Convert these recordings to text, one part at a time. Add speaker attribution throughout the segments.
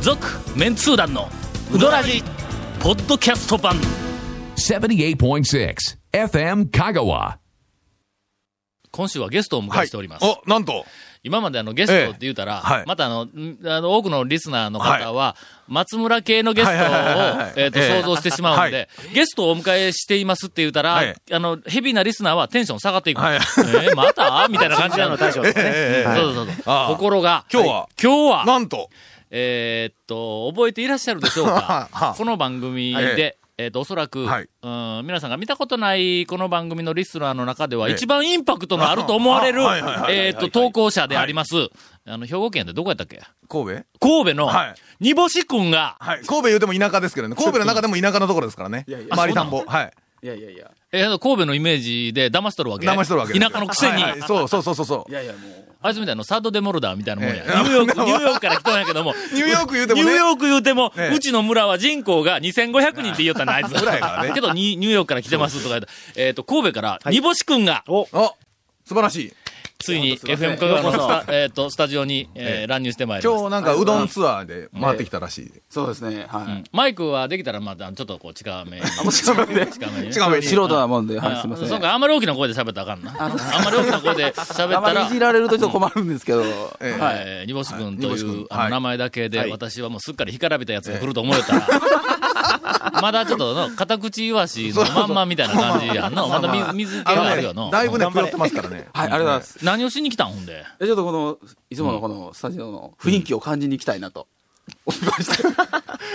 Speaker 1: 続メンツー団のウドラジポッドキャスト版
Speaker 2: 78.6 FM Kagawa.
Speaker 1: 今週はゲストをお迎えしております、
Speaker 3: お、なんと。
Speaker 1: 今まであのゲストって言うたら、
Speaker 3: ええはい
Speaker 1: またあのんあの多くのリスナーの方は、松村系のゲストを、
Speaker 3: はいはいはいはい
Speaker 1: えっと
Speaker 3: ええ
Speaker 1: 想像してしまうんで、
Speaker 3: はい
Speaker 1: ゲストをお迎えしていますって言うたら、
Speaker 3: はい
Speaker 1: あのヘビーなリスナーはテンション下がっていく、
Speaker 3: はい
Speaker 1: えーまたみたいな感じなの。
Speaker 4: 大
Speaker 1: そ
Speaker 4: 将
Speaker 1: う
Speaker 4: とかね。
Speaker 1: そうそうそう。
Speaker 3: ああ
Speaker 1: ところが、
Speaker 3: 今日は
Speaker 1: 今日は、
Speaker 3: なんと。
Speaker 1: えーっと、覚えていらっしゃるでしょうか
Speaker 3: はあ
Speaker 1: この番組で、
Speaker 3: え
Speaker 1: えーっと、おそらく、
Speaker 3: はい
Speaker 1: うん、皆さんが見たことないこの番組のリスナーの中では、
Speaker 3: ええ
Speaker 1: 一番インパクトのあると思われる
Speaker 3: あ はいはいはいは、い
Speaker 1: えーっと、投稿者であります、あの、兵庫県でどこやったっけ
Speaker 3: 神戸
Speaker 1: 神戸の
Speaker 3: はい、
Speaker 1: 煮干しくんが、
Speaker 3: はい。神戸言うても田舎ですけどね。神戸の中でも田舎のところですからね。
Speaker 4: いやいや
Speaker 3: 周り田んぼ。はい。
Speaker 4: いやいやいや。
Speaker 1: えー神戸のイメージで騙しとるわけ
Speaker 3: 騙しとるわけです
Speaker 1: 田舎のくせに、
Speaker 3: はいはいそうそうそうそうそう
Speaker 4: い。やいやもう。
Speaker 1: あいつみたいなサードデモルダーみたいなもんや。
Speaker 3: ええ
Speaker 1: ニューヨーク、ニューヨークから来たんやけども、
Speaker 3: ニューヨーク言うても
Speaker 1: ニ
Speaker 3: ね。
Speaker 1: ューヨーク言うても、
Speaker 3: ええ
Speaker 1: うちの村は人口が2500人って言おったな、あいつ。
Speaker 3: ぐらいやから ね
Speaker 1: けどニ、ニューヨークから来てますとか言った。えっ、と、神戸から、煮干しくんが、
Speaker 3: お素晴らしい。
Speaker 1: ついに
Speaker 4: いや
Speaker 1: FM 香川の
Speaker 4: よう
Speaker 1: ス
Speaker 4: こそ
Speaker 1: タ,、えー、とスタジオに、えー乱入してまいりました
Speaker 3: 今日なんかうどんツアーで回ってきたらしい。
Speaker 4: そうですね。は
Speaker 1: うん
Speaker 4: い。
Speaker 1: マイクはできたら、またちょっとこう、近めに。
Speaker 4: 近めで。
Speaker 1: 近めにね。
Speaker 3: 近めに。
Speaker 4: 素人なもんで、はい、
Speaker 1: あ
Speaker 4: すいません。
Speaker 1: そうか、あんまり大きな声で喋ったらあかんな。あんまり大きな声で喋
Speaker 4: あ
Speaker 1: った
Speaker 4: まりい
Speaker 1: ら
Speaker 4: じ。られるとちょっと困るんですけど。
Speaker 3: ええ
Speaker 4: はい。
Speaker 1: えー、煮干し君と
Speaker 3: はい煮干
Speaker 1: い
Speaker 3: し
Speaker 1: う
Speaker 3: 君
Speaker 1: あの
Speaker 3: はい
Speaker 1: 名前だけ
Speaker 4: は
Speaker 1: で、
Speaker 4: い
Speaker 1: 私はもうすっかり干からびたやつが来ると思えたら、 まだちょっとの、片口いわしのまんまみたいな感じやんの。まだ水水気
Speaker 3: あ
Speaker 1: があるよ
Speaker 3: のね、
Speaker 1: の。
Speaker 3: だいぶね、プロってますからね。
Speaker 4: はい、ありがとうございます。
Speaker 1: 何をしに来たんほんで。
Speaker 4: えちょっとこの、いつものこのスタジオの雰囲気を感じに行きたいなと。思いました。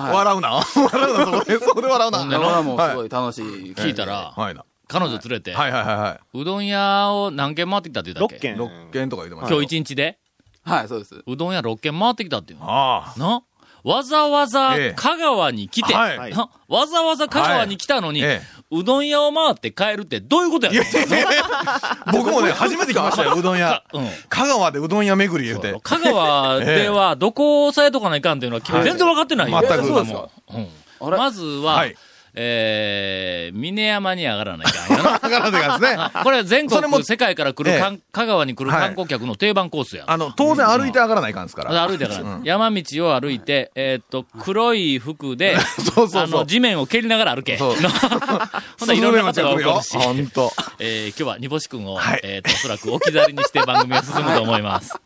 Speaker 4: はい。
Speaker 3: 笑うな。 笑うな。そこで、そこで笑う
Speaker 1: ほん
Speaker 3: な。
Speaker 1: で
Speaker 4: ド
Speaker 1: な
Speaker 4: ラマもす
Speaker 3: は
Speaker 4: ごい楽しい。
Speaker 1: 聞いたら、
Speaker 3: はいな。
Speaker 1: 彼女連れて、
Speaker 3: はいはいはいは
Speaker 1: うどん屋を何軒回ってきたって言ったっ
Speaker 5: 6
Speaker 1: け
Speaker 5: 件。
Speaker 3: い。6件とか言うてます
Speaker 1: 今
Speaker 3: よ。
Speaker 1: 日一日で、
Speaker 4: はい、そうです。
Speaker 1: うどん屋6軒回ってきたっていうの。
Speaker 3: あ
Speaker 1: なわざわざ
Speaker 3: ええ
Speaker 1: 香川に来て、
Speaker 3: はい
Speaker 1: なわざわざ香川に来たのに、
Speaker 3: はいえ
Speaker 1: うどん屋を回って帰るってどういうことやねん
Speaker 3: あ。僕もね、初めて来ましたよ、うどん屋。
Speaker 1: うん
Speaker 3: 香川でうどん屋巡り言うて。
Speaker 1: 香川ではどこを押さえとかないかんっていうのは君全然分かってないよ。
Speaker 3: 全く
Speaker 4: えそうですか
Speaker 1: うん
Speaker 4: あれ
Speaker 1: まずは、
Speaker 3: はい
Speaker 1: えー、峰山に上がらないかんよな
Speaker 3: だからでがです ね。
Speaker 1: これは全
Speaker 3: それ
Speaker 1: 国、
Speaker 3: も
Speaker 1: 世界から来るかん、香川に来る
Speaker 3: はい
Speaker 1: 観光客の定番コースや。
Speaker 3: あの、当然歩いて上がらないかんですから。
Speaker 1: 歩いてから、
Speaker 3: うん
Speaker 1: 山道を歩いて、えーっと、黒い服で、
Speaker 3: そうそうそう
Speaker 1: あの、地面を蹴りながら歩け。
Speaker 3: そう
Speaker 1: ほんないろんなことが起こるし、
Speaker 3: 本当。
Speaker 1: えー今日は煮干し君を、
Speaker 3: はい
Speaker 1: えーっと、おそらく置き去りにして番組が進むと思い ます。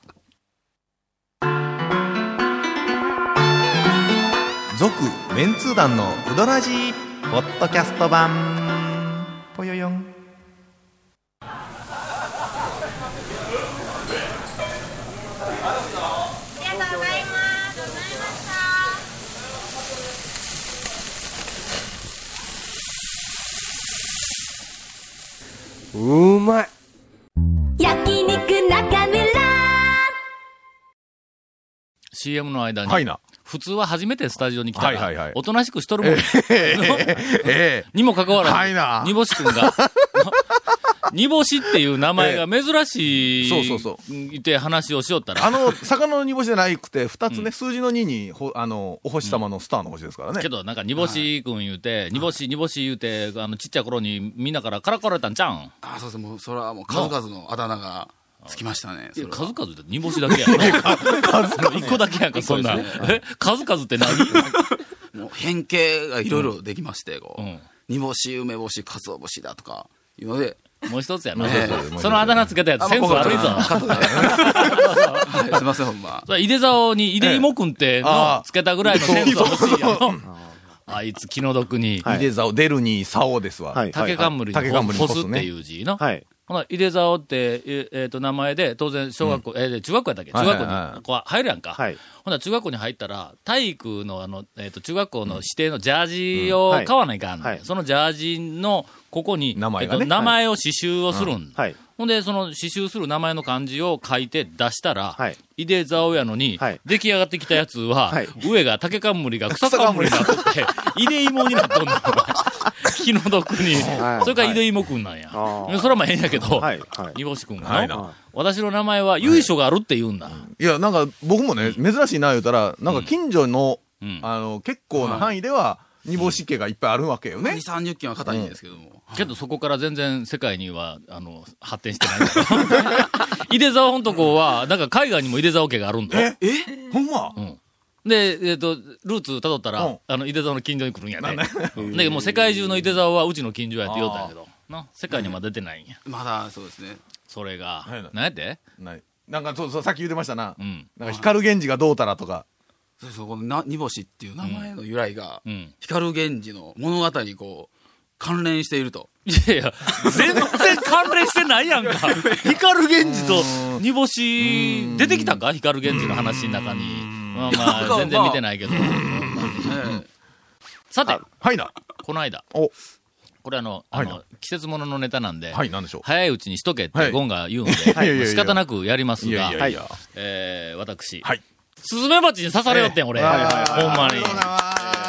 Speaker 3: 続、メンツー団のうどらじ
Speaker 5: ポッドキャスト版。ぽよよん。
Speaker 6: ありがとうございます。ございました。
Speaker 5: うまい。
Speaker 6: 焼肉中村
Speaker 1: CM の間に、
Speaker 3: はいな。
Speaker 1: 普通は初めてスタジオに来たら、
Speaker 3: はいはいはい
Speaker 1: おとなしくしとるもん。
Speaker 3: ええ。
Speaker 1: にもかかわらず、
Speaker 3: はいな
Speaker 1: 煮干しくんが、 煮干しっていう名前が珍しい、
Speaker 3: ええそうそう
Speaker 1: いて話をしよったら、
Speaker 3: あの、魚の煮干しじゃなくて、二つね、数字の2に、ほあの、お星様のスターの星ですからね
Speaker 1: け。どなんか煮干しくん言うて、煮干し、煮干し言うて、あの、ちっちゃい頃にみんなからからかわれたんちゃうん
Speaker 4: あ、そうです。もう、それはもう数々のあだ名がつきましたね。そ
Speaker 1: い
Speaker 4: れ
Speaker 1: や
Speaker 4: は
Speaker 1: 数々って煮干しだけやん。数々一個だけやんか、そんな。え数々って何
Speaker 4: もう変形がいろいろできまして、こう
Speaker 1: うん
Speaker 4: 煮干し、梅干し、鰹節だとか、いう ので、
Speaker 1: もう一つやな。
Speaker 4: もう一つもう
Speaker 3: 一つ
Speaker 1: そのあだ名つけたやつ、センス悪いぞ。
Speaker 4: あ僕ははいすいません、ほ んま。
Speaker 1: それ井出沢に井出芋くんって
Speaker 3: あ
Speaker 1: の
Speaker 3: あ
Speaker 1: つけたぐらいのセンスは欲しいやろ。あいつ気の毒に、
Speaker 5: はい
Speaker 3: いでざお、出るに、さおですわ。
Speaker 5: はい
Speaker 1: 竹冠
Speaker 3: はいはい
Speaker 1: に
Speaker 3: 竹冠
Speaker 1: 干
Speaker 3: に干
Speaker 1: す
Speaker 3: す
Speaker 1: っ
Speaker 3: ね
Speaker 1: ていう字の。
Speaker 5: はい。
Speaker 1: ほな、井出沢って、ええーと、名前で、当然、小学校、えー中学校やったっけ中
Speaker 3: はいはい
Speaker 1: 学
Speaker 3: はい
Speaker 1: 校に、こう入るやんか。
Speaker 5: はい
Speaker 1: ほな、中学校に入ったら、体育の、あの、えっ、と、中学校の指定のジャージを
Speaker 5: うん
Speaker 1: 買わないかんねん、
Speaker 5: はい
Speaker 1: そのジャージの、ここに、
Speaker 3: 名前がね
Speaker 1: えーと名前を刺繍をするん、
Speaker 5: はい。
Speaker 1: ほんで、その刺繍する名前の漢字を書いて出したら、
Speaker 5: はい
Speaker 1: 井出竿やのに、
Speaker 5: はい
Speaker 1: 出来上がってきたやつは、
Speaker 5: はい
Speaker 1: 上が竹冠が草冠になっとって、 井出芋になっとんの。 気の毒に。
Speaker 5: はい
Speaker 1: それから井出芋くんなんや。
Speaker 5: あー
Speaker 1: それはまあええんやけど、
Speaker 5: はいはい
Speaker 1: 煮干しくんがの、
Speaker 3: はいな
Speaker 1: 私の名前は由緒があるって言うんだ。
Speaker 3: いや、なんか、僕もね、珍しいな言うたら、なんか近所の
Speaker 1: うん、
Speaker 3: あの、結構な範囲では、煮干し家がいっぱいあるわけよね
Speaker 4: 2、。30件は硬いんですけども。
Speaker 1: けどそこから全然世界には、あの、発展してない から。井出沢本とこは、なんか海外にも井出沢家があるんだ。
Speaker 3: えほんま
Speaker 1: うんで、えっ、と、ルーツ辿ったら、
Speaker 3: うん
Speaker 1: あの、伊手座の近所に来るんやで。
Speaker 4: ん
Speaker 1: で、もう世界中の伊手座はうちの近所やって言おうたんやけど、な、世界にはまだ出てないんや。
Speaker 4: まだそうですね。
Speaker 1: それが
Speaker 3: はいはい、
Speaker 1: なんやって
Speaker 3: ない。なんか、そうそう、さっき言ってましたな。
Speaker 1: うん。
Speaker 3: なんか、光源氏がどうたらとか。
Speaker 4: そうそう、このな、煮干しっていう名前の由来が、
Speaker 1: うん。
Speaker 4: 光源氏の物語にこう、関連していると。
Speaker 1: いやい や、全然関連してないやんか。光源氏と煮干し、出てきたか光源氏の話の中に。まあまあ、全然見てないけど。
Speaker 4: え
Speaker 1: さて、
Speaker 3: はいな。
Speaker 1: この間、
Speaker 3: お、
Speaker 1: これあの、あ
Speaker 3: は
Speaker 1: の、季節もののネタなんで、
Speaker 3: はい、なんでしょう。
Speaker 1: 早いうちにしとけっ
Speaker 3: は
Speaker 1: て
Speaker 3: い
Speaker 1: ゴンが言うんで、
Speaker 3: はいいやいやいや
Speaker 1: 仕方なくやります
Speaker 3: い
Speaker 1: が
Speaker 3: やい、やいや。
Speaker 1: えー、私、
Speaker 3: はい。
Speaker 1: スズメバチに刺されよってん、俺。ほんまに。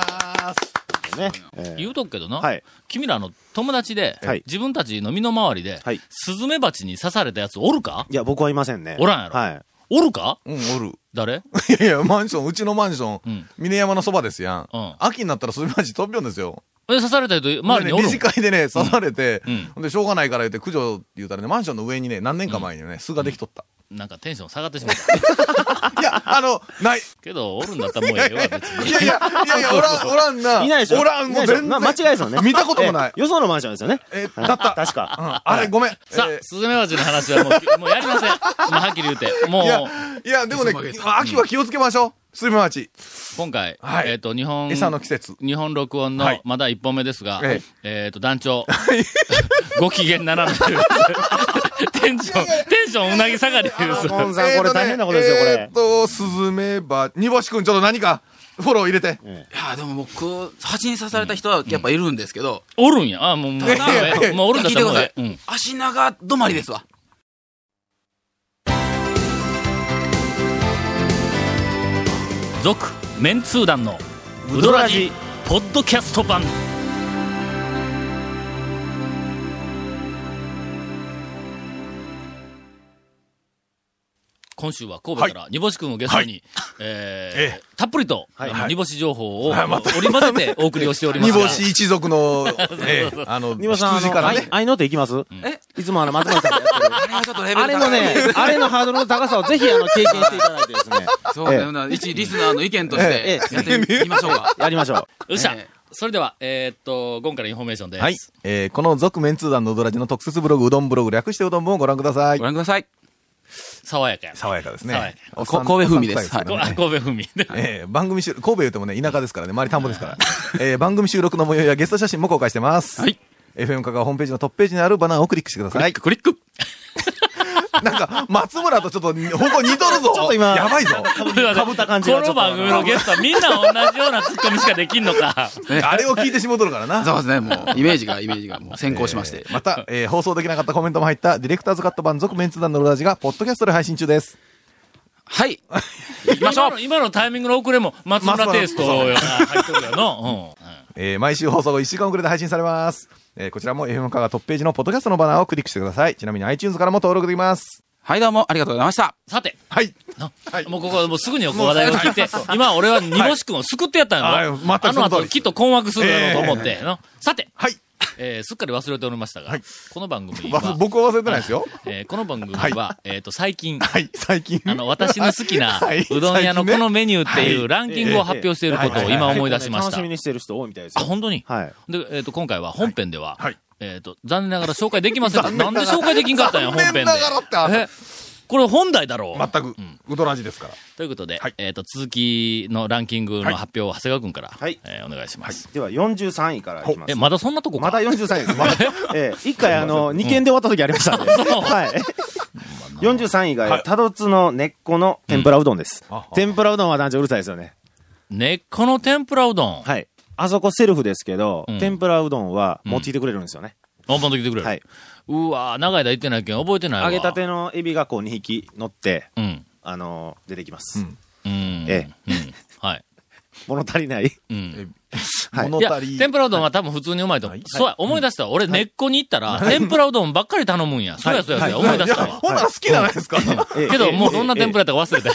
Speaker 7: ね。
Speaker 1: 言うとくけどな、
Speaker 7: はい
Speaker 1: 君らあの友達で、
Speaker 7: はい
Speaker 1: 自分たちの身の回りで、
Speaker 7: はい
Speaker 1: スズメバチに刺されたやつおるか
Speaker 7: いや、僕はいませんね。
Speaker 1: おらんやろ
Speaker 7: はい。
Speaker 1: おるか
Speaker 3: うん、おる。
Speaker 1: 誰
Speaker 3: いやいや、マンション、うちのマンショ
Speaker 1: うん
Speaker 3: ン、峰山のそばですやん
Speaker 1: うん。
Speaker 3: 秋になったらスズメバチ飛びよんですよ。
Speaker 1: え、刺された人、周りにおるん、
Speaker 3: でね理事会でね、刺されて
Speaker 1: うんうん、
Speaker 3: ほんで、しょうがないから言って、駆除って言ったらね、マンションの上にね、何年か前にね、巣ができとった。
Speaker 1: なんかテンション下がってしま った。
Speaker 3: いや、あの、ない。
Speaker 1: けど、おるんだったらもうええわ、別
Speaker 3: いや
Speaker 1: に。
Speaker 3: いや、いやいや、おらん、おらんな。
Speaker 7: いないでしょ
Speaker 3: おらん、もう
Speaker 7: いないでしょ
Speaker 3: 全然。
Speaker 7: ま間違いですよね。
Speaker 3: 見たこともない
Speaker 7: えよそのマンションですよね。
Speaker 3: え、
Speaker 7: はい
Speaker 3: だった。
Speaker 7: 確
Speaker 3: う
Speaker 7: か。
Speaker 3: んあれ、ごめん。
Speaker 1: さあ
Speaker 3: え、ー
Speaker 1: スズメバチの話はもうき、もうやりません。もうはっきり言うて。も、
Speaker 3: いうや、いや、でもね
Speaker 4: いつも負け、
Speaker 3: 秋は気をつけましょう。スズメバチ。
Speaker 1: 今回、
Speaker 3: はい
Speaker 1: えっ、と、日本、
Speaker 3: 餌の季節。
Speaker 1: 日本録音
Speaker 3: は
Speaker 1: の
Speaker 3: い、
Speaker 1: まだ一本目ですが、
Speaker 3: え
Speaker 1: えっ、と、団長、 ご機嫌ならぬというです。 テンション、テンションうなぎ下がりです。
Speaker 7: ポンさん、これ大変なことですよ、こ
Speaker 3: えー
Speaker 7: れ
Speaker 3: っ。と、スズメバチ。煮干しくん、ちょっと何か、 フォロー入れて。
Speaker 4: えいや、でも僕、蜂に刺された人はやっぱいるんですけど、
Speaker 1: おるんや。あ、もう、もう、もう
Speaker 3: いやいや
Speaker 1: ええもうおるんだっ
Speaker 4: 聞い
Speaker 1: た
Speaker 4: て
Speaker 1: らも
Speaker 4: くだ
Speaker 1: う
Speaker 4: さ
Speaker 1: え
Speaker 4: い
Speaker 1: え。うん。。
Speaker 4: 足長止まりですわ。
Speaker 1: 続、メンツー団の、ウドラジ、ポッドキャスト版。今週は神戸から、煮干し君をゲストに、えー
Speaker 3: え
Speaker 1: たっぷりと、
Speaker 7: はい
Speaker 1: あの
Speaker 7: はい
Speaker 1: 煮干し情報を、
Speaker 3: はいまた
Speaker 1: 織り交ぜてお送りをしております
Speaker 3: 煮
Speaker 1: が。
Speaker 3: 干し一族の、えーあの、
Speaker 7: ニワさん、あ
Speaker 3: 羊か
Speaker 7: の、
Speaker 3: ら
Speaker 7: あ
Speaker 3: ね
Speaker 7: い。あいのっていきます
Speaker 4: え
Speaker 7: いつもあの、松 本さんがやってる。
Speaker 4: あれはちょっとレベ
Speaker 7: あ
Speaker 4: ル
Speaker 7: れ
Speaker 4: 高
Speaker 7: の
Speaker 4: い
Speaker 7: ね、あれのハードルの高さをぜひ、あの、経験していただいてですね。
Speaker 4: そうだよな、一リスナーの意見として
Speaker 7: ええ
Speaker 4: やってみましょうか。
Speaker 7: やりましょ う。
Speaker 1: よっしゃ、
Speaker 4: ええ
Speaker 1: それでは、えーっと、ゴンからインフォメーションです。
Speaker 3: はい。えーこの続メンツー団のうどらじの特設ブログ、うどんブログ、略してうどん部をご覧ください
Speaker 4: ご。覧ください。
Speaker 1: 爽やかやな。
Speaker 3: 爽やかです
Speaker 1: 爽や
Speaker 3: ね
Speaker 1: か。
Speaker 3: おっさん
Speaker 4: こ神戸風味です
Speaker 3: おっさん臭い
Speaker 1: こあ
Speaker 3: よね
Speaker 1: 神戸風味。
Speaker 3: えー番組収録、神戸言うてもね、田舎ですからね、周り田んぼですから。えー番組収録の模様やゲスト写真も公開してます。
Speaker 4: はい。
Speaker 3: FM カがホームページのトップページにあるバナーをクリックしてくだ
Speaker 4: ク
Speaker 3: さ
Speaker 4: リ
Speaker 3: い
Speaker 4: ッ。ク、クリック。
Speaker 3: なんか、松村とちょっと、ほぼ似とるぞ。
Speaker 7: ちょっと今
Speaker 3: やばいぞ。
Speaker 7: かぶった感じが
Speaker 1: こ
Speaker 7: ちょ
Speaker 1: の
Speaker 7: っと
Speaker 1: 番組のゲストはみんな同じようなツッコミしかできんのか。
Speaker 3: あれを聞いてしもとるからな。
Speaker 4: そうですね、もう、イメージが、イメージがもう先行し まして。
Speaker 3: また、えー放送できなかったコメントも入った、ディレクターズカット版続メンツ団のロラジが、ポッドキャストで配信中です。
Speaker 4: はい。行きましょう
Speaker 1: 今。の今のタイミングの遅れも松村テイストよな、入っとるよな。うん。
Speaker 3: えー毎週放送後1週間遅れで配信されます。えーこちらも FM カがトップページのポッドキャストのバナーをクリックしてください。ちなみに iTunes からも登録できます。
Speaker 4: はい、どうもありがとうございました。
Speaker 1: さて、
Speaker 3: はい。
Speaker 1: な
Speaker 3: はい
Speaker 1: もうここはもうすぐにこう話題を聞いて、今俺は煮干し君を救ってやったの、
Speaker 3: はいはい全く
Speaker 1: あ
Speaker 3: そ
Speaker 1: の
Speaker 3: の通り
Speaker 1: 後きっと困惑するだろうと思って、なさて、
Speaker 3: はい。
Speaker 1: えーすっかり忘れておりましたが、
Speaker 3: はい
Speaker 1: この番組
Speaker 3: わ
Speaker 1: は、
Speaker 3: 僕は忘れてないですよ。
Speaker 1: えーこの番組は、
Speaker 3: は
Speaker 1: えっ、と、最近、
Speaker 3: はい、最近。
Speaker 1: あの、私の好きな
Speaker 3: はいう
Speaker 1: どん屋のこのメニューってい
Speaker 3: は
Speaker 1: うランキングを発表していることを今思い出しまし
Speaker 7: 楽
Speaker 1: た
Speaker 7: しみ。にしてる人多いみたいです
Speaker 1: あ、
Speaker 7: よ。
Speaker 1: 本当に
Speaker 7: はい。
Speaker 1: で、えっ、と、今回は本編では、
Speaker 3: はい
Speaker 1: えっ、と、残念ながら紹介できませんと。なんで紹介できんかったんや、本編で。
Speaker 3: 残念ながらってある
Speaker 1: えこれ本題だろう。
Speaker 3: 全く、うどらじですから。
Speaker 1: ということで、
Speaker 3: はい
Speaker 1: えっ、と、続きのランキングの発表を長谷川くんから、
Speaker 7: はい
Speaker 1: えーお願いします。
Speaker 7: では、43位からいきます
Speaker 1: え、。まだそんなとこか
Speaker 7: まだ43位です。まだ。ええ、一回あの、二件で終わった時ありましたんで。はい。43位が、たどつの根っこの天ぷらうどんです
Speaker 3: うんああ。
Speaker 7: 天ぷらうどんは団長うるさいですよね。
Speaker 1: 根っこの天ぷらうどん。はい。
Speaker 7: はい。あそこセルフですけど
Speaker 1: うん、
Speaker 7: 天ぷらうどんは持ってきてくれるんですよね。
Speaker 1: 本番で来てくれる。
Speaker 7: はい。
Speaker 1: うわー長い間言ってないけん、覚えてないわ。
Speaker 7: 揚げた。てのエビがこう2匹乗って、
Speaker 1: うん。
Speaker 7: あのー出てきます。
Speaker 3: うん
Speaker 1: うん。
Speaker 7: え
Speaker 1: うん。はい。
Speaker 7: 物足 りない。
Speaker 1: うん。
Speaker 7: はい
Speaker 3: 物
Speaker 1: いや、
Speaker 3: 足り。
Speaker 1: 天ぷらうどんは多分普通にうまいと思う。そうや、思い出したわ。俺、根っこに行ったら、天ぷらうどんばっかり頼むんや。そうや、そうや、そうや、思い出した
Speaker 3: いや
Speaker 1: わ。
Speaker 3: ほんなら好きじゃないですか。
Speaker 7: ええ
Speaker 1: けど、もうどんな天ぷ
Speaker 7: え
Speaker 1: らやったか忘れ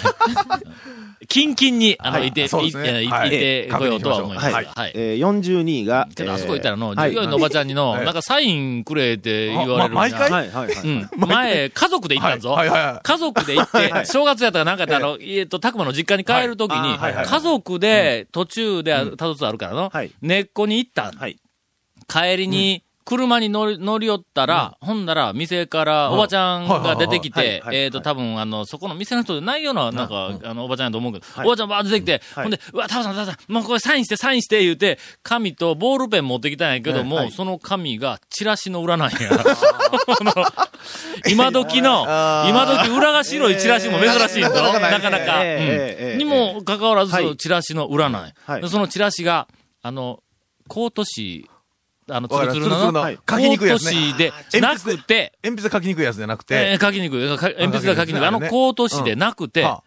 Speaker 1: た。 キンキンに、あの、
Speaker 3: はい
Speaker 1: いて、い
Speaker 3: そうですね
Speaker 1: えい
Speaker 3: はい
Speaker 1: いてこようとは思います。は
Speaker 7: は
Speaker 1: いい。
Speaker 7: えー、42位が、
Speaker 1: けど、あそこ行ったらの、
Speaker 7: えー
Speaker 1: 従業員のおばちゃんにの、
Speaker 3: はい
Speaker 1: なんかサインくれって言われるんや
Speaker 3: あま毎回
Speaker 7: はいはいはい。
Speaker 1: うん。前、家族で行ったんぞ。
Speaker 3: はいはいはいはい
Speaker 1: 家族で行っ
Speaker 7: はい
Speaker 1: て、正月やったかなんかやったらあの、えっと、たくまの実家に帰るとき
Speaker 7: はい
Speaker 1: に、
Speaker 7: あーはいはい
Speaker 1: 家族で、途中で、たどつあるからの、
Speaker 7: はい
Speaker 1: 根っこに行ったん。
Speaker 7: はい
Speaker 1: 帰りに、車に乗り、乗り寄ったら、ほんなら、店から、おばちゃんが出てき
Speaker 7: はいはい
Speaker 1: て
Speaker 7: は、い
Speaker 1: えっと、多分、あの、そこの店の人じゃないような、なんか、あの、おばちゃんやと思うけど、おばちゃんバーって出てきて、
Speaker 7: はい
Speaker 1: ほんで、うわ、タブさん、タブさん、もうこれサインして、サインして、言うて、紙とボールペン持ってきたんやけど
Speaker 7: は
Speaker 1: も、
Speaker 7: い
Speaker 1: その紙が、チラシの裏なんや。 あの今時 の、今時裏が白いチラシも珍しいぞ、
Speaker 3: えー
Speaker 1: なかなか。
Speaker 7: えーえーえー
Speaker 1: うんにもかかわらず、
Speaker 7: はい
Speaker 1: チラシの裏なんや
Speaker 7: はい
Speaker 1: でそのチラシが、あの、コート紙、あの、つ
Speaker 3: わか
Speaker 1: るつ
Speaker 3: るつ
Speaker 1: る
Speaker 3: る
Speaker 1: の
Speaker 3: つ
Speaker 1: な、
Speaker 3: るの
Speaker 7: はい
Speaker 3: 書きにくいやつね
Speaker 1: コート紙で
Speaker 3: あー
Speaker 1: なくて、
Speaker 3: 鉛筆で書きにくいやつじゃなく
Speaker 1: え
Speaker 3: て、
Speaker 1: ー書きにくい、か鉛筆が書きにくい。
Speaker 3: わかる
Speaker 1: あのコート紙でなくて、
Speaker 3: は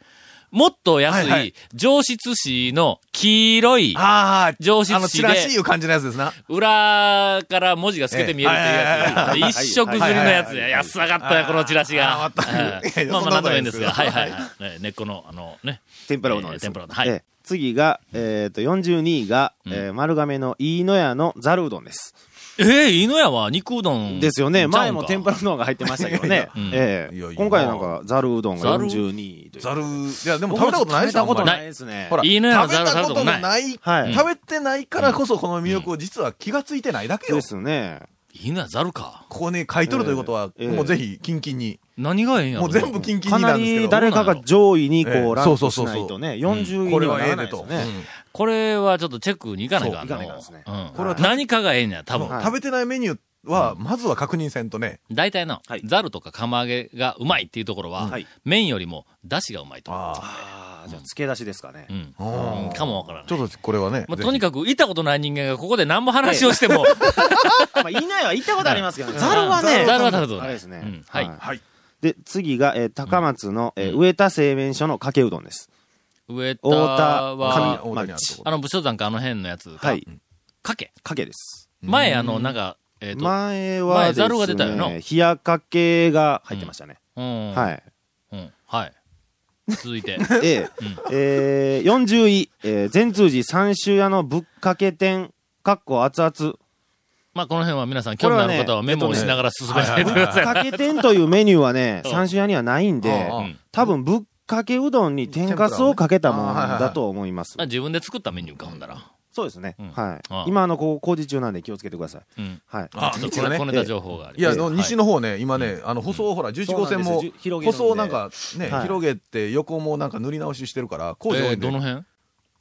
Speaker 1: もっと安
Speaker 3: はいはい
Speaker 1: い上質紙の黄色い
Speaker 3: ああ、
Speaker 1: 上質
Speaker 3: あの、チ
Speaker 1: 紙
Speaker 3: ラ
Speaker 1: で
Speaker 3: シいう感じのやつですな。
Speaker 1: 裏から文字が透けて見えるっていうや
Speaker 3: え
Speaker 1: つ。
Speaker 3: え
Speaker 1: 一色ずりのやつ
Speaker 7: はいはいは
Speaker 1: や。
Speaker 7: い
Speaker 1: 安上がったよ、このチラシが。
Speaker 3: あー全く
Speaker 1: ええ
Speaker 3: いや
Speaker 1: まあ
Speaker 3: そ
Speaker 1: ま
Speaker 3: ん
Speaker 1: あ、な
Speaker 3: なんこ
Speaker 1: でも
Speaker 3: とないい
Speaker 1: いんで
Speaker 3: ですす
Speaker 1: が、
Speaker 3: よ
Speaker 1: はいはいはい。ええ根っこの、あの、ね。
Speaker 7: 天ぷらうどん
Speaker 1: え
Speaker 7: で
Speaker 1: ー
Speaker 7: す。
Speaker 1: 天ぷらうどんはい
Speaker 7: えー次が、えっ、と、42位が、えー丸亀の飯野屋のざるうどんです。
Speaker 1: ええ、犬屋は肉うどん。
Speaker 7: ですよね。前も天ぷ
Speaker 1: ら。
Speaker 7: らうどんが入ってましたけどね。
Speaker 1: ん
Speaker 7: え
Speaker 3: いやい
Speaker 7: ー
Speaker 3: や
Speaker 7: 今回はなんか、ざるうどんが42位という。
Speaker 3: ざる、いや、でも食べたことないで
Speaker 7: 食べ
Speaker 3: すよ
Speaker 7: たこと
Speaker 1: ない
Speaker 7: ないですね。
Speaker 3: ほら、
Speaker 1: いいのよ
Speaker 3: 食べたことのない、
Speaker 7: はい
Speaker 3: 食べてないからこそこの魅力を実は気がついてないだけ
Speaker 7: そう
Speaker 3: よ。
Speaker 7: で
Speaker 3: こ
Speaker 7: すね。
Speaker 1: 犬屋ざるか。
Speaker 3: こに書いとるということは、
Speaker 7: ええ
Speaker 3: もうぜひ、キンキンに。
Speaker 1: 何がええんやろ
Speaker 3: もう全部キンキン
Speaker 7: か
Speaker 3: に
Speaker 7: な
Speaker 3: なんですけ
Speaker 7: り
Speaker 3: ど。
Speaker 7: 誰かが上位にこ
Speaker 3: え
Speaker 7: う
Speaker 3: え
Speaker 7: ラ
Speaker 3: そ
Speaker 7: ン
Speaker 3: うそ
Speaker 7: ク
Speaker 3: う
Speaker 7: し
Speaker 3: そうそう
Speaker 7: ないとね、40位
Speaker 3: こ
Speaker 7: に
Speaker 3: れ
Speaker 7: は
Speaker 3: は
Speaker 7: な
Speaker 3: え
Speaker 7: ら
Speaker 3: え
Speaker 7: ない
Speaker 3: で
Speaker 7: です
Speaker 3: と。
Speaker 7: よ
Speaker 3: う
Speaker 7: ね。
Speaker 3: ん
Speaker 1: これはちょっとチェックに行かないかん
Speaker 7: そう
Speaker 1: の
Speaker 7: 行かないかんですね
Speaker 1: うん
Speaker 3: これは
Speaker 1: 何かがええんや、多分。
Speaker 7: はい
Speaker 3: 食べてないメニューは、まずは確認せんとね。
Speaker 1: 大体の、ざるとか釜揚げがうまいっていうところは
Speaker 7: はい、
Speaker 1: 麺よりも出汁がうまいと。
Speaker 3: あ
Speaker 7: ああ、じゃあ、付け出しですかね
Speaker 1: う。ん。
Speaker 3: あ。
Speaker 1: かもわからない
Speaker 3: ち。ょっとこれはね。
Speaker 1: まあ、
Speaker 3: ぜひ
Speaker 1: とにかく、いたことない人間がここで何も話をしても、
Speaker 7: まあ、いないは行ったことありますけどね。ざ
Speaker 1: ざ
Speaker 7: る
Speaker 1: る
Speaker 7: はね、
Speaker 1: ざるは食べたことない
Speaker 7: あれですね
Speaker 1: うん。はい
Speaker 3: はい。
Speaker 7: で、次が、えー高松の、えー上田製麺所のかけうどんです。
Speaker 1: 上田
Speaker 7: 太田
Speaker 1: は、
Speaker 7: 上
Speaker 3: 大谷あるとこ
Speaker 1: あの、武将山かあの辺のやつか、
Speaker 7: はい。
Speaker 1: かけ。
Speaker 7: かけです。
Speaker 1: 前、あの、なんか、えっ、と、
Speaker 7: 前は
Speaker 1: 前
Speaker 7: ですね、
Speaker 1: ざるが出たよな
Speaker 7: 冷やかけが入ってましたね。
Speaker 1: うん。。
Speaker 7: はい
Speaker 1: う
Speaker 7: い。
Speaker 1: ん。はい。続いて。
Speaker 7: で、えー、40位、えー、全通寺三州屋のぶっかけ店、かっこ熱々。
Speaker 1: まあ、この辺は皆さん、興味のある方はメモをしながら進めてください。
Speaker 7: かけ店というメニュー はね、
Speaker 1: うん
Speaker 7: 三州屋にはないんで
Speaker 3: ああ、
Speaker 7: 多分ぶっかけうどんに天かすをかけたものだと思います
Speaker 1: まあ。自分で作ったメニューか、ほんだら。
Speaker 7: そうですね
Speaker 1: うん。あ
Speaker 7: は
Speaker 1: あ
Speaker 7: い。今、あの、こう、工事中なんで気をつけてください。
Speaker 1: うん。
Speaker 7: はい。
Speaker 3: あ
Speaker 1: ちょっと
Speaker 3: 一応
Speaker 1: こ
Speaker 3: ね
Speaker 1: ねこねた情報があり
Speaker 3: い
Speaker 1: ま
Speaker 3: や、あ
Speaker 1: す。
Speaker 3: の西の方ね、今ね、あの、舗装、ほら、11号線
Speaker 7: そうな
Speaker 3: も
Speaker 7: んですよじゅ、広げ
Speaker 3: 舗
Speaker 7: るんで
Speaker 3: 装なんかね
Speaker 7: は、い
Speaker 3: 広げて、横もなんか塗り直ししてるから、工
Speaker 1: はい、
Speaker 3: 場
Speaker 1: え
Speaker 3: 多い
Speaker 1: ー
Speaker 3: ん
Speaker 1: ど
Speaker 3: で
Speaker 1: の辺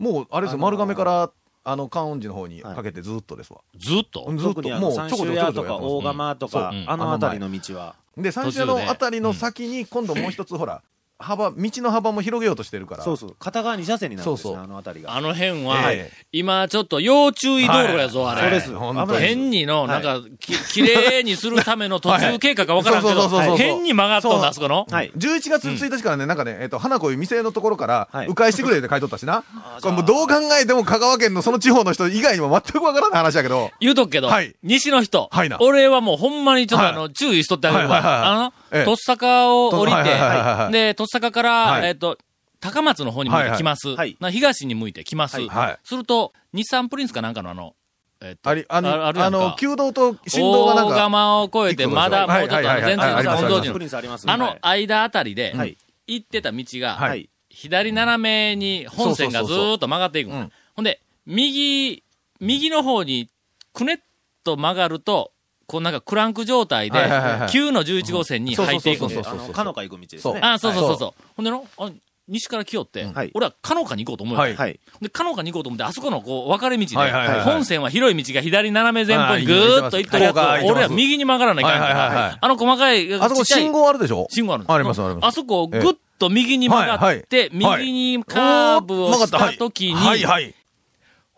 Speaker 3: もう、あれです
Speaker 7: あ
Speaker 3: よ、
Speaker 7: のー
Speaker 3: 丸亀から、あの、観音寺の方にかけてずっとですわ。
Speaker 1: ずっと
Speaker 3: うんずっと、
Speaker 7: 特にあの、
Speaker 3: もう、ちょ
Speaker 7: 三
Speaker 3: こちょこ
Speaker 7: 州
Speaker 3: ちょ
Speaker 7: 屋
Speaker 3: こちょ
Speaker 7: と
Speaker 3: こ
Speaker 7: か
Speaker 3: やって
Speaker 7: 大
Speaker 3: ま
Speaker 7: 釜とか
Speaker 1: う、ん
Speaker 7: あの辺りの道は。
Speaker 3: す。で、三州
Speaker 1: 途中で
Speaker 3: のあたりの先に、今度もう一つ、ほら、幅、道の幅も広げようとしてるから。
Speaker 7: そうそう。片側二車線になるんです
Speaker 3: そう
Speaker 7: ね、
Speaker 3: そう
Speaker 7: あの辺りが。
Speaker 1: あの辺は、
Speaker 3: ええ
Speaker 1: 今ちょっと要注意道路やぞ、あれ。
Speaker 7: そうです。
Speaker 3: 本
Speaker 7: 危
Speaker 3: 当に
Speaker 7: ないです。
Speaker 1: 変にの、
Speaker 7: はい
Speaker 1: なんか、き、きれいにするための途 中経過かわからんけ
Speaker 3: はいそうそうそうそ
Speaker 1: ど、
Speaker 3: う
Speaker 1: 変に曲がっとん
Speaker 3: そ
Speaker 1: だ、
Speaker 3: う
Speaker 1: あそこの。
Speaker 7: はい。
Speaker 3: 11月1日からね、なんかね、えっと、花子いう店のところから
Speaker 7: はい、
Speaker 3: 迂回してくれって書いとったしな。これもうどう考えても香川県のその地方の人以外にも全くわからない話やけど。
Speaker 1: 言うとくけど、
Speaker 3: はい
Speaker 1: 西の人、
Speaker 3: はいな
Speaker 1: 俺はもうほんまにちょっとあの、
Speaker 3: は
Speaker 1: 注意しとってあげるわ。
Speaker 3: はいはいはい
Speaker 1: あの、
Speaker 3: ええ
Speaker 1: とっさかを降りて、
Speaker 3: はいはいはいはいはい
Speaker 1: で、とっさかから、
Speaker 3: はい
Speaker 1: えっ、と、高松の方に向いて来ます。
Speaker 7: はいはい
Speaker 1: な東に向いて来ます。
Speaker 7: はい
Speaker 3: はい
Speaker 1: すると、日産プリンスかなんかのあの、えっ、と、
Speaker 3: あり、あの、
Speaker 1: あ
Speaker 3: あ
Speaker 1: るやんか
Speaker 3: の、旧道と新道がなん
Speaker 1: 大
Speaker 3: か、
Speaker 1: 釜を越えて、まだ、もうちょっとあの、
Speaker 3: はいはいはい
Speaker 1: 全
Speaker 3: は
Speaker 1: 然
Speaker 3: いあり
Speaker 1: 本
Speaker 3: ますあり
Speaker 1: 蔵
Speaker 3: ます
Speaker 1: 寺
Speaker 7: プ
Speaker 1: の
Speaker 7: リンスありますね
Speaker 1: あの間あたりで
Speaker 7: はい、
Speaker 1: 行ってた道が、
Speaker 3: はい
Speaker 7: はい。
Speaker 1: 左斜めに本線がずーっと曲がっていくの
Speaker 3: そうそうそう
Speaker 1: ほんで、右、右の方にくねっと曲がると、こうなんかクランク状態で、
Speaker 3: はいはいはいはい
Speaker 1: 9の11号線に入っていくん
Speaker 3: そう
Speaker 1: で
Speaker 3: そうそうそう
Speaker 7: あのかのか行く道です
Speaker 3: そう
Speaker 7: ね。
Speaker 1: あ、そうそうそうそう。ほんでの、あ西から来よって、
Speaker 7: はい
Speaker 1: 俺はカノカに行こうと思うよ、
Speaker 3: は
Speaker 7: はい。はい。
Speaker 1: で、カノカに行こうと思って、あそこのこう分かれ道で、
Speaker 3: はいはいはいはい
Speaker 1: 本線は広い道が左斜め前方にぐーっと行ってるやつを、
Speaker 3: はいはいはい
Speaker 1: 俺は右に曲がらないかんから、
Speaker 3: はいはいはいはい
Speaker 1: あの細かい、
Speaker 3: あそ
Speaker 1: ちっ
Speaker 3: こ
Speaker 1: ちゃい
Speaker 3: 信号あるでしょ
Speaker 1: 信号ある
Speaker 3: ありますあります
Speaker 1: あそこをぐっと右に曲がって、
Speaker 3: はいはい
Speaker 1: 右にカーブをした時に、
Speaker 3: はいはい。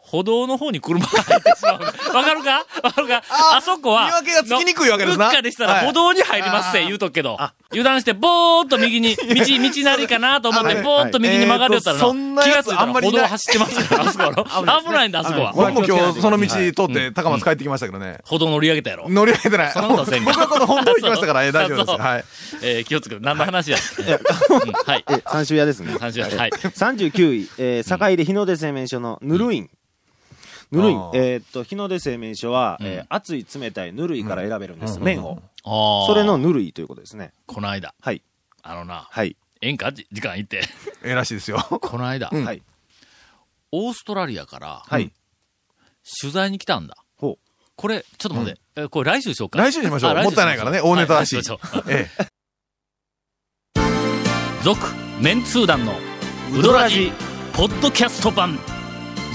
Speaker 1: 歩道の方に車が入ってしま う。わかるかわかるかあそこは。
Speaker 3: 見分けがつきにくいわけですな
Speaker 1: うっかりしたら歩道に入りますせ、言うとくけど。油断して、ぼーっと右 に、道、道なりかなと思って、
Speaker 3: あのね
Speaker 1: ぼーっと右に曲がるよったらな、
Speaker 3: はいえーとそんな
Speaker 1: 気
Speaker 3: や
Speaker 1: が
Speaker 3: つ
Speaker 1: ついた
Speaker 3: あん
Speaker 1: ら
Speaker 3: まりい
Speaker 1: 歩
Speaker 3: ない
Speaker 1: 道走ってますから、あそこ は危ないんだ、あそこは。
Speaker 3: 僕も今日その道通って高松帰ってきましたけどね。
Speaker 1: 歩道乗り上げたやろ。
Speaker 3: 乗り上げてない。
Speaker 1: そんなことせんよ
Speaker 3: 僕はこの本堂行きましたから、えー大丈夫で
Speaker 1: そう
Speaker 3: す。はい。
Speaker 1: えー気をつけて、何の話や。うんはい。
Speaker 7: え、三州屋です ね。
Speaker 1: 話は、 はい。
Speaker 7: 39位、えー、堺で日の出製麺所のぬるいん。ぬるいん
Speaker 3: あー。
Speaker 7: えーっと、日の出製麺所は、
Speaker 1: うん
Speaker 7: えー熱い、冷たい、ぬるいから選べるんです。麺を。
Speaker 1: あー
Speaker 7: それの、ぬるいということですね。
Speaker 1: この間、
Speaker 7: はい。
Speaker 1: あのな、
Speaker 7: はい。
Speaker 1: ええんかじ時間い って。
Speaker 3: ええらしいですよ。
Speaker 1: この間、
Speaker 7: はい。
Speaker 1: オーストラリアから、
Speaker 7: はい。
Speaker 1: 取材に来たんだ。
Speaker 7: ほう。
Speaker 1: これ、ちょっと待って、えこれ来週しようか。
Speaker 3: 来週にしましょう。
Speaker 1: あ来週
Speaker 3: もったいないからね、大ネタだし
Speaker 1: はい来週にしましょ。
Speaker 3: ええ
Speaker 1: 続、メンツー団の、ウドラジ、ポッドキャスト版。